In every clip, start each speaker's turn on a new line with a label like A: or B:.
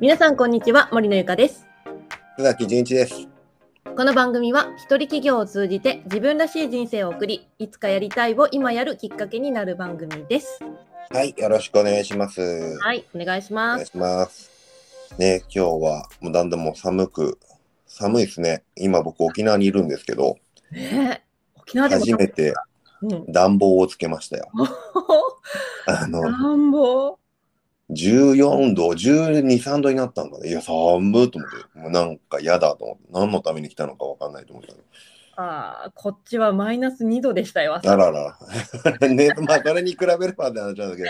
A: 皆さんこんにちは森のゆかです
B: 宇垣純一です。
A: この番組は一人企業を通じて自分らしい人生を送りいつかやりたいを今やるきっかけになる番組です
B: はい、よろしくお願いします。
A: はいお願いし
B: お
A: ま
B: 願い
A: す
B: します。ね、今日はもうだんだんもう寒く、寒いですね。今僕沖縄にいるんですけど、
A: ねえ沖縄でも
B: 初めて
A: うん、
B: 暖房をつけましたよ。あの、
A: 暖房
B: 14度、12、3度になったんだね。いや、寒いと思って、もうなんか嫌だと思って、何のために来たのかわかんないと思ってたけ
A: あーこっちはマイナス2度でしたよ
B: ど。
A: 朝
B: あらら。 ね、まあ、それに比べればって話なんだけど、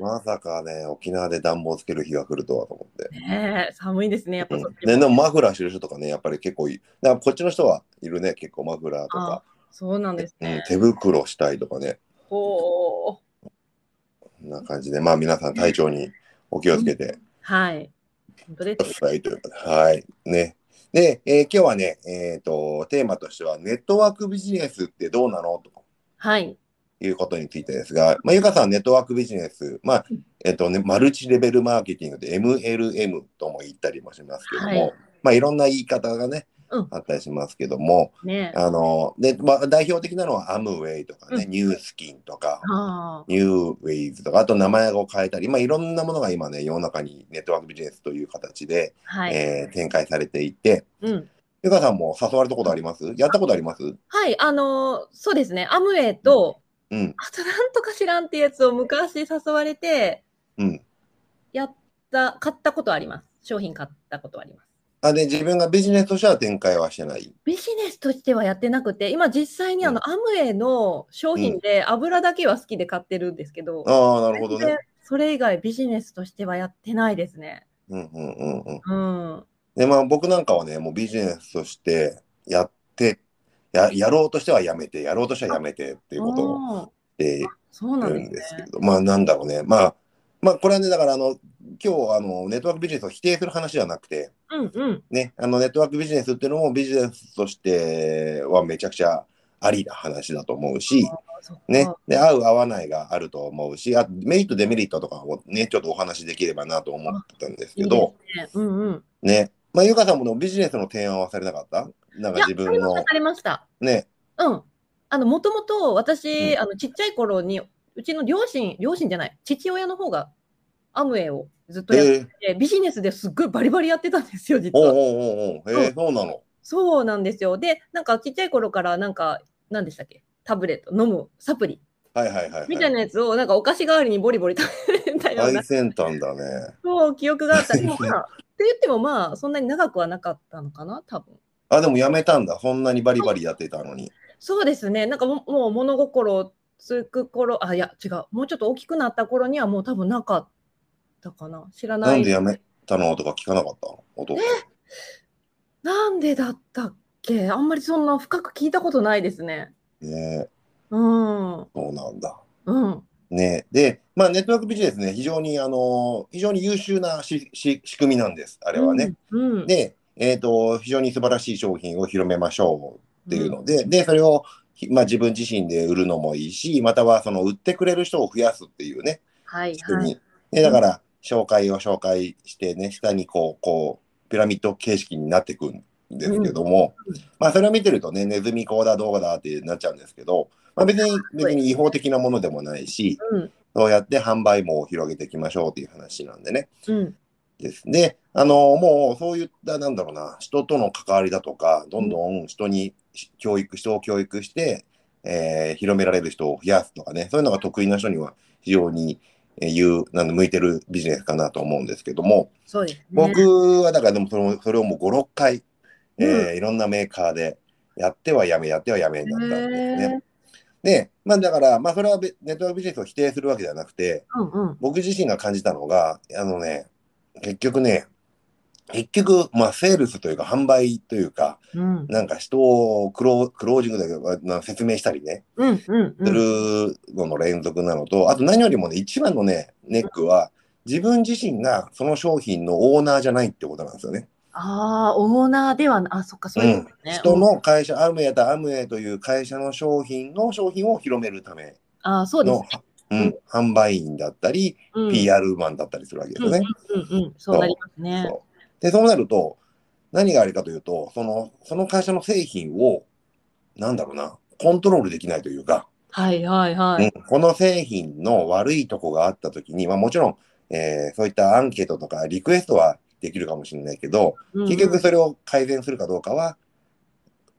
B: まさかね、沖縄で暖房つける日が来るとはと思って。
A: ねえ寒いですねやっぱそっちも
B: ね、でもマフラーしてる人とかね、やっぱり結構いい。だからこっちの人はいるね、結構マフラーとか。
A: そうなんです
B: うん
A: ね、
B: 手袋したいとかね、
A: おー
B: こんな感じで、まあ皆さん体調にお気をつけて
A: はい本当で
B: くだ
A: す
B: さいということで。はい。ね。で、えー今日はね、えっ、と、テーマとしては、ネットワークビジネスってどうなのと
A: はい
B: いうことについてですが、まあ、ゆかさん、ネットワークビジネス、まあ、えっ、とね、マルチレベルマーケティングで MLM とも言ったりもしますけども、
A: はい
B: い、まあいろんな言い方がね、
A: うん
B: あったりしますけども、
A: ねえ
B: あので、まあ、代表的なのはアムウェイとかね、
A: う
B: ニュースキンとか、
A: あ
B: ニューウェイズとか、あと名前を変えたり、まあ、いろんなものが今ね、世の中にネットワークビジネスという形で、
A: ーはい、
B: えー展開されていて、
A: うん
B: ゆかさんも誘われたことありますやったことあります
A: はい、あのーそうですね、アムウェイと、
B: うん、
A: あとなんとか知らんってやつを昔誘われて、
B: うん。
A: やった、買ったことあります。商品買ったことあります。
B: あで、自分がビジネスとしては展開はしてない。
A: ビジネスとしてはやってなくて、今実際にあ
B: うん
A: の、アムウェイの商品で油だけは好きで買ってるんですけど、
B: ああ、なるほどね。
A: それ以外ビジネスとしてはやってないですね。
B: うんうんうんうん。
A: うん。
B: で、まあ、僕なんかはね、もうビジネスとしてやって、ややろうとしてはやめて、やろうとしてはやめてっていうことを
A: あー
B: して
A: そうな
B: る
A: ん
B: ん
A: で
B: ですす
A: ね
B: け。ど、まあなんだろうね、まあ、まあこれはね、だからあの、今日あのネットワークビジネスを否定する話じゃなくて、
A: うんうん。
B: ね、あのネットワークビジネスっていうのもビジネスとしてはめちゃくちゃありな話だと思うし、
A: そっか
B: ね、で合う合わないがあると思うし、あとメリット、デメリットとかをね、ちょっとお話しできればなと思ってたんです
A: い
B: け
A: いで
B: ど、
A: すね。うんうん。
B: ね、まあ、ゆかさんもでもビジネスの提案はされなかったなん
A: い
B: か
A: や、
B: 自
A: され
B: 分
A: まし
B: の
A: た、、されました。
B: ね、
A: うん。あの、もともと私、
B: うん
A: あの、ちっちゃい頃に、うちの両親、両親じゃない、父親の方がアムウェイをずっと
B: え
A: やって
B: ー、
A: て、ビジネスですっごいバリバリやってたんですよ、実
B: おう
A: は。
B: おうおうおう、えー、そうなの。
A: そうなんですよ。で、なんかちっちゃい頃から、なんか、何でしたっけタブレット、飲む、サプリ
B: はいはいはい、
A: みたい
B: はい。
A: なやつを、なんかお菓子代わりにボリボリ食べてるみたいな、
B: 最先端だね。
A: そう、記憶があったり、まあ、って言ってもまあ、そんなに長くはなかったのかな、多分。
B: あ、でもやめたんだ。そんなにバリバリやってたのに。
A: そうですね。なんかももう物心つく頃、あ、いや、違う。もうちょっと大きくなった頃にはもう多分なかったかな。知らな。
B: ないんでやめたのとか聞かなかったの弟。
A: なんでだったっけあんまりそんな深く聞いたことないですね。
B: ねえ
A: うん。うん。
B: そうなんだ。
A: うん。
B: ねえで、まあ、ネットワークビジネスね、非常に、あの非常に優秀なしし仕組みなんです。あ
A: あ
B: れはね。。
A: うん。
B: で、えっ、と、非常に素晴らしい商品を広めましょうっていうので、で、それを、ひまあ、自分自身で売るのもいいし、または、その、売ってくれる人を増やすっていうね、
A: はい
B: 仕組
A: は
B: み。
A: い。
B: ねだから、紹介を紹介してね、下にこう、こう、ピラミッド形式になっていくんですけども、
A: うんうん
B: まあ、それを見てるとね、ネズミこうだ、どうだってなっちゃうんですけど、まあ、別に、別に違法的なものでもないし、
A: うん。
B: そうやって販売網を広げていきましょうという話なんでね。
A: うん。
B: ですね。あの、もう、そういった、なんだろうな、人との関わりだとか、どんどん人に、教育、人を教育して、えー広められる人を増やすとかね、そういうのが得意な人には非常に、えー、有なんで向いてるビジネスかなと思うんですけども、
A: そうですね。
B: 僕はだからでもそれそれをもう5、6回、えー
A: う
B: いろんなメーカーでやってはやめ、やってはやめになったんです
A: へ
B: ね
A: ー。
B: で、まあだから、まあそれはべネットワークビジネスを否定するわけではなくて、
A: うんうん。
B: 僕自身が感じたのが、あのね、結局ね、結局、まあ、セールスというか、販売というか、
A: うん。
B: なんか人をクロークロージングだけど、な説明したりね、
A: うんうんう
B: す
A: ん。
B: るのの連続なのと、あと何よりもね、一番のね、ネックは、自分自身がその商品のオーナーじゃないってことなんですよね。
A: ああ、オーナーではな、あ、そっか、そう
B: う
A: いうんこと。ね。
B: 人の会社、アムウェイやったらアムウェイという会社の商品の商品を広めるため
A: ああ、そうです
B: の
A: ね。、
B: うん、販売員だったり、
A: うん、
B: PR マンだったりするわけですよね。
A: うんうんうん、そうなりますね。
B: で、そうなると、何があるかというと、その、その会社の製品を、なんだろうな、コントロールできないというか、
A: はいはいは
B: う
A: い。
B: ん、この製品の悪いとこがあったときに、まあもちろん、えーそういったアンケートとかリクエストはできるかもしれないけど、
A: うんうん
B: 結局、それを改善するかどうかは、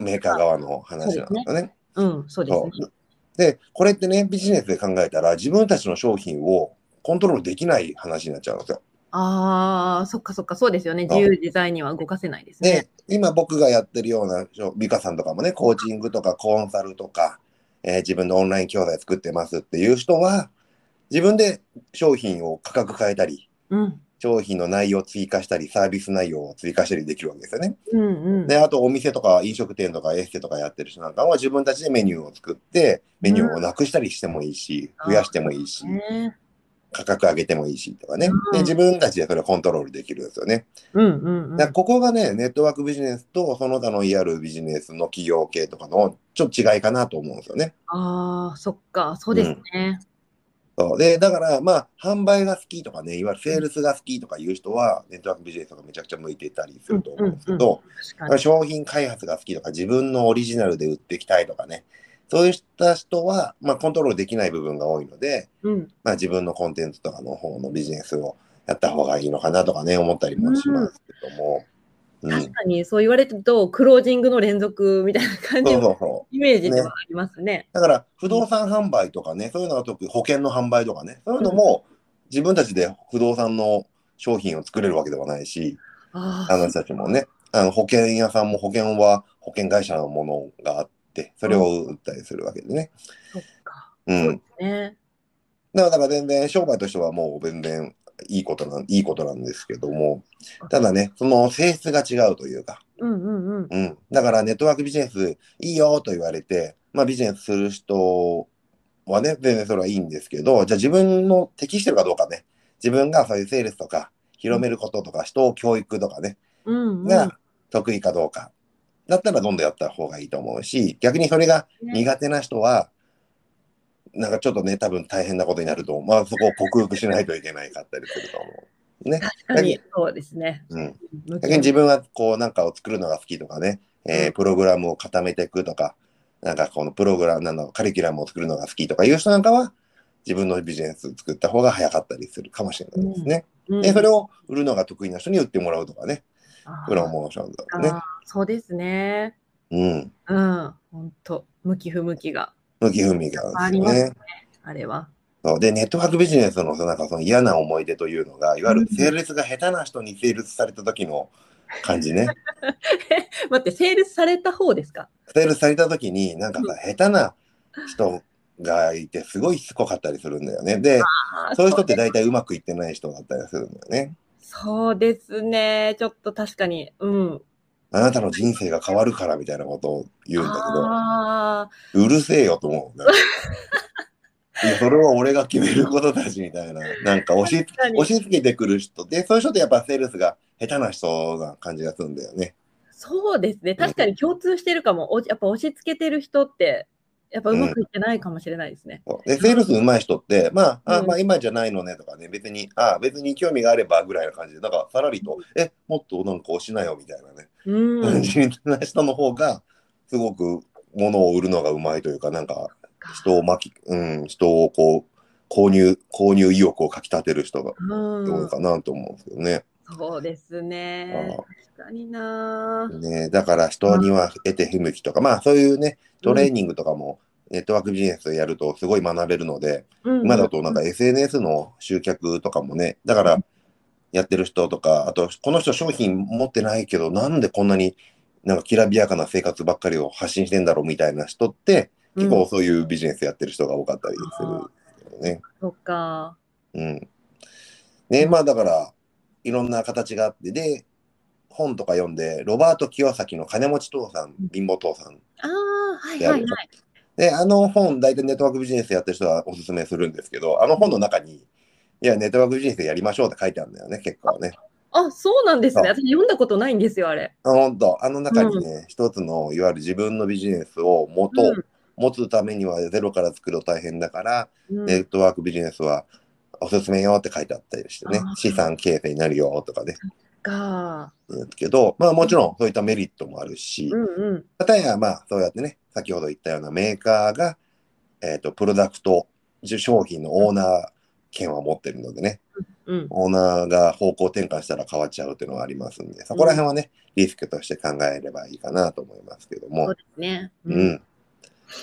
B: メーカー側の話なんですよね。
A: うん、そうです
B: そ
A: ね。
B: うで、これってね、ビジネスで考えたら、自分たちの商品をコントロールできない話になっちゃうんですよ。
A: ああ、そっかそっか、そうですよね。
B: そ
A: 自
B: う
A: 由自在には動かせないですね
B: で。、今僕がやってるような、美香さんとかもね、コーチングとかコンサルとか、えー自分のオンライン教材作ってますっていう人は、自分で商品を価格変えたり、
A: うん。
B: 商品の内容を追加したり、サービス内容を追加したりできるわけですよね。
A: うんうん。
B: で、あとお店とか飲食店とかエステとかやってる人なんかは自分たちでメニューを作って、メニューをなくしたりしてもいいし、
A: うん
B: 増やしてもいいし、
A: ね
B: 価格上げてもいいしとかね。
A: うん
B: で、自分たちでそれをコントロールできるんですよね。
A: うんうんうん。
B: だからここがね、ネットワークビジネスとその他の ER ビジネスの企業系とかのちょっと違いかなと思うんですよね。
A: ああ、そっか、そうですね。
B: そうで、だからまあ、販売が好きとかね、いわゆるセールスが好きとかいう人は、ネットワークビジネスとかめちゃくちゃ向いてたりすると思うんです
A: うん
B: け
A: うん
B: ど、
A: 確かに。
B: 商品開発が好きとか、自分のオリジナルで売っていきたいとかね、そういった人は、まあ、コントロールできない部分が多いので、
A: うん。
B: まあ、自分のコンテンツとかの方のビジネスをやった方がいいのかなとかね、思ったりもしますけども。うん、
A: 確かに、そう言われてると、クロージングの連続みたいな感じ
B: そう
A: の
B: そうそう。
A: イメージで
B: ね
A: はありますね。
B: だから不動産販売とかね、そういうのが特に保険の販売とかね、そういうのも自分たちで不動産の商品を作れるわけではないし、
A: あ
B: あの人たちもね、あの保険屋さんも保険は保険会社のものがあって、それを売ったりするわけでね。
A: あ、そっか。
B: うん。
A: ね。
B: だからだから全然商売としてはもう全然いいことなん、いいことなんですけども、ただね、その性質が違うというか、
A: うんうんうん。
B: うん、だからネットワークビジネスいいよと言われて、まあ、ビジネスする人はね、全然それはいいんですけど、じゃあ自分の適してるかどうかね、自分がそういうセールスとか、広めることとか、人を教育とかね、
A: うんうん。
B: が得意かどうか、だったらどんどんやった方がいいと思うし、逆にそれが
A: ね
B: 苦手な人は、なんかちょっとね、多分大変なことになると思う、まあ、そこを克服しないといけないかったりすると思う。ね。
A: 確かに、そうですね。
B: うん
A: 向き
B: 逆に自分はこうなんかを作るのが好きとかね、えー
A: うん
B: プログラムを固めていくとか、なんかこのプログラム、なんだろうカリキュラムを作るのが好きとかいう人なんかは、自分のビジネス作った方が早かったりするかもしれないですね。
A: うん
B: で、それを売るのが得意な人に売ってもらうとかね、
A: あー
B: プロモーションとかね
A: あ。ーそうですね。
B: うん。
A: うん。本当向き不向きが
B: 向き不向きな
A: あ
B: んで
A: り
B: す
A: ま
B: よ
A: すね
B: ね。。
A: あれは。
B: そうで、ネットワークビジネスのなんかその嫌な思い出というのが、いわゆるセールスが下手な人にセールスされた時の感じね。
A: 待って、セールスされた方ですか
B: セールスされた時になんかさ
A: う
B: 下手な人がいてすごいしつこかったりするんだよね。で
A: あー
B: そういう人って大体うまくいってない人だったりするんだよね。
A: そうですね。ちょっと確かに。うん。
B: あなたの人生が変わるからみたいなことを言うんだ
A: ああ、
B: けどうるせえよと思う んだよ。いやそれは俺が決めることだしみたいななんか押し
A: 確かに
B: 押し付けてくる人でそういう人ってやっぱセールスが下手な人な感じがするんだよね。
A: そうですね。確かに共通してるかも。おやっぱ押し付けてる人って、やっぱうまくいってないかもしれないですね。
B: そうでセールス上手い人って、まあ、あ
A: うん
B: まあ今じゃないのねとかね、別に、あ別に興味があればぐらいな感じで、なんかさらりと、え、もっとなんか押しなよみたいなね、
A: うん。
B: 感じな 人の方が、すごく物を売るのが上手いというか、なんか人を巻き、うん、人をこう、購入、購入意欲をかきたてる人が
A: う
B: 多
A: ん
B: い、かなと思うんですよね。
A: そうですね。確かにな。
B: ねだから人には得てへむきとか、まあそういうね、トレーニングとかも、ネットワークビジネスやるとすごい学べるので、
A: うん
B: 今だとなんか SNS の集客とかもね、だからやってる人とか、あとこの人商品持ってないけど、なんでこんなになんかきらびやかな生活ばっかりを発信してんだろうみたいな人って、結構そういうビジネスやってる人が多かったりするよね。
A: そっか。
B: うん。ね、まあだから、いろんな形があって、で、本とか読んで、ロバート清崎の金持ち父さん、貧乏父さん。
A: ああ、はいはいはい。
B: で、あの本、大体ネットワークビジネスやってる人はおすすめするんですけど、あの本の中に、いや、ネットワークビジネスやりましょうって書いてあるんだよね、結構ね。
A: あ、そうなんですね。
B: そ
A: 私読んだことないんですよ、あれ。
B: あ本当あの中にね、一つの、いわゆる自分のビジネスを元、
A: うん
B: 持つためにはゼロから作ると大変だから、
A: うん
B: ネットワークビジネスはおすすめよって書いてあったりしてね
A: あー、
B: 資産形成になるよとかね、
A: か、
B: うんけど、まあもちろんそういったメリットもあるし、
A: うんうん、
B: たやまあそうやってね、先ほど言ったようなメーカーが、えっ、と、プロダクト、商品のオーナー権は持ってるのでね、
A: うん、
B: オーナーが方向転換したら変わっちゃうっていうのはありますんで、そこら辺はね、リスクとして考えればいいかなと思いますけども
A: そう。ですね。
B: うん。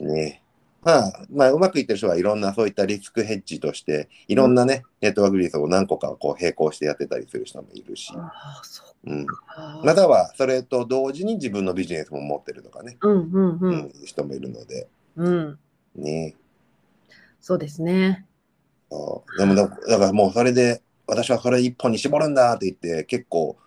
B: ねまあ、まあ、うまくいってる人はいろんなそういったリスクヘッジとして、いろんなね、ネットワークビジネスを何個かこう並行してやってたりする人もいるし、
A: ああ、そ
B: うん。
A: うか。
B: または、それと同時に自分のビジネスも持ってるとかね、
A: うんうんう
B: うんん、人もいるので、
A: うん、
B: ね
A: そうですね。
B: そうでもだ、だからもうそれで、私はそれ一本に絞るんだって言って、結構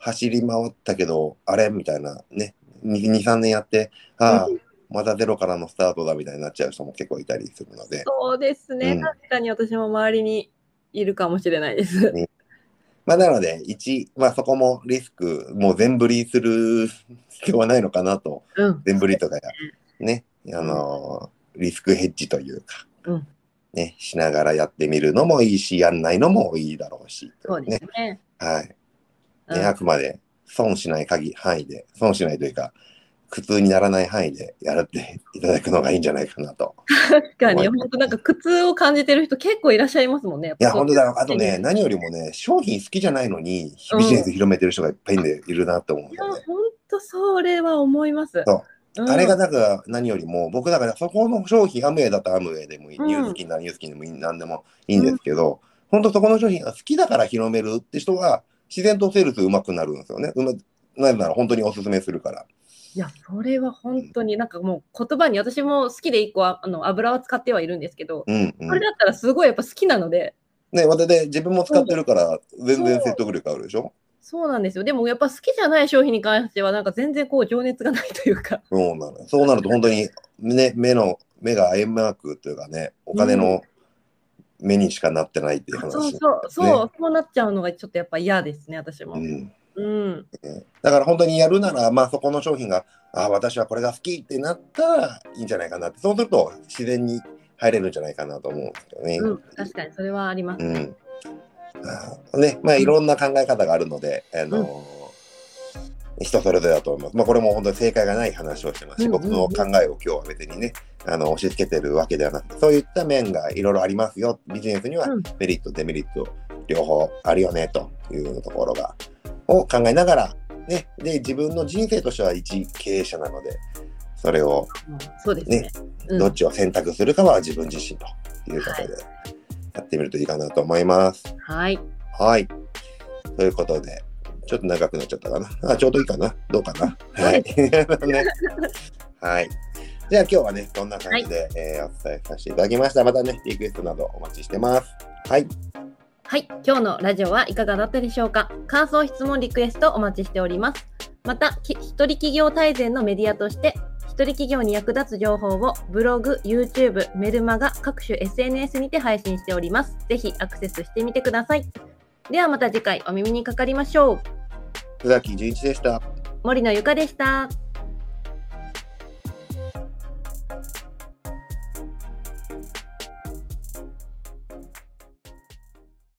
B: 走り回ったけど、あれみたいなね、2、3年やって、ああ
A: うん、
B: またゼロからのスタートだみたいになっちゃう人も結構いたりするので、
A: そうですね。
B: うん
A: 確かに私も周りにいるかもしれないです。
B: まあ、なので、一、まあ、そこもリスク、もう全振りする必要はないのかなと、
A: うん、
B: 全振りとかや、ね、あのーリスクヘッジというか、
A: うん
B: ね、しながらやってみるのもいいし、やんないのもいいだろうし、
A: そうですね。
B: はい。ね、
A: うん
B: あくまで損しない限り、範囲で、損しないというか、苦痛にならない範囲でやって いただくのがいいんじゃないかなと。
A: 確かに、本当なんか苦痛を感じてる人結構いらっしゃいますもんね。
B: いや、本当だ。あと
A: そうです
B: ね、
A: ね
B: 何よりもね、商品好きじゃないのに、ビジネス広めてる人がいっぱいいるいるなと思うん
A: い
B: だ
A: や、
B: よね。
A: 本当それは思います。
B: そ
A: うん
B: あれがだから何よりも、僕だからそこの商品、アムウェイだったらアムウェイでもいい、
A: うん
B: ニュースキンならニュースキンでもいい、なんでもいいんですけど、本当そこの商品が好きだから広めるって人は、自然とセールス上手くなるんですよね。うまなぜなら本当におすすめするから。
A: いや、それは本当になんかもう言葉に私も好きで一個ああの油は使ってはいるんですけど、
B: うんうん
A: これ。だったらすごいやっぱ好きなので、
B: ね、またで自分も使ってるから、全然説得力あるでしょ
A: そうなんですよ。でもやっぱ好きじゃない商品に関してはなんか全然こう情熱がないというか、
B: そうなの。そうなると本当に、ね、目の、目がアイマークというかね、お金の目にしかなってないっていう話。
A: そうそう、そう、そうなっちゃうのがちょっとやっぱ嫌ですね、私も
B: う。ん。
A: うん、
B: だから本当にやるなら、まあ、そこの商品が、あ私はこれが好きってなったらいいんじゃないかなって、そうすると自然に入れるんじゃないかなと思うんですけどね。
A: うん、確かにそれはあります。
B: うんあーね、まあ、いろんな考え方があるので、あのー人それぞれだと思います。まあ、これも本当に正解がない話をしてますし、
A: うんうんうん
B: 僕の考えを今日は別にね、あの押し付けてるわけではなくて、そういった面がいろいろありますよ。ビジネスには
A: うん
B: メリット、デメリット、両方あるよね、というところが、を考えながら、ね、で、自分の人生としては一経営者なので、それを
A: うんそうですね。うん
B: どっちを選択するかは自分自身ということで、やってみるといいかなと思います。
A: はい。
B: はい。ということで、ちょっと長くなっちゃったかな。あ、ちょうどいいかな。どうかな。はい。 ねはい。じゃあ今日はね、こんな感じで、えーお伝えさせていただきました。またね、リクエストなどお待ちしてます。はい。
A: はい、今日のラジオはいかがだったでしょうか感想、質問、リクエストお待ちしております。また、き一人企業大全のメディアとして、一人企業に役立つ情報をブログ、YouTube、メルマガ、各種 SNS にて配信しております。ぜひアクセスしてみてください。ではまた次回お耳にかかりましょう。
B: 須崎純一でした。
A: 森のゆかでした。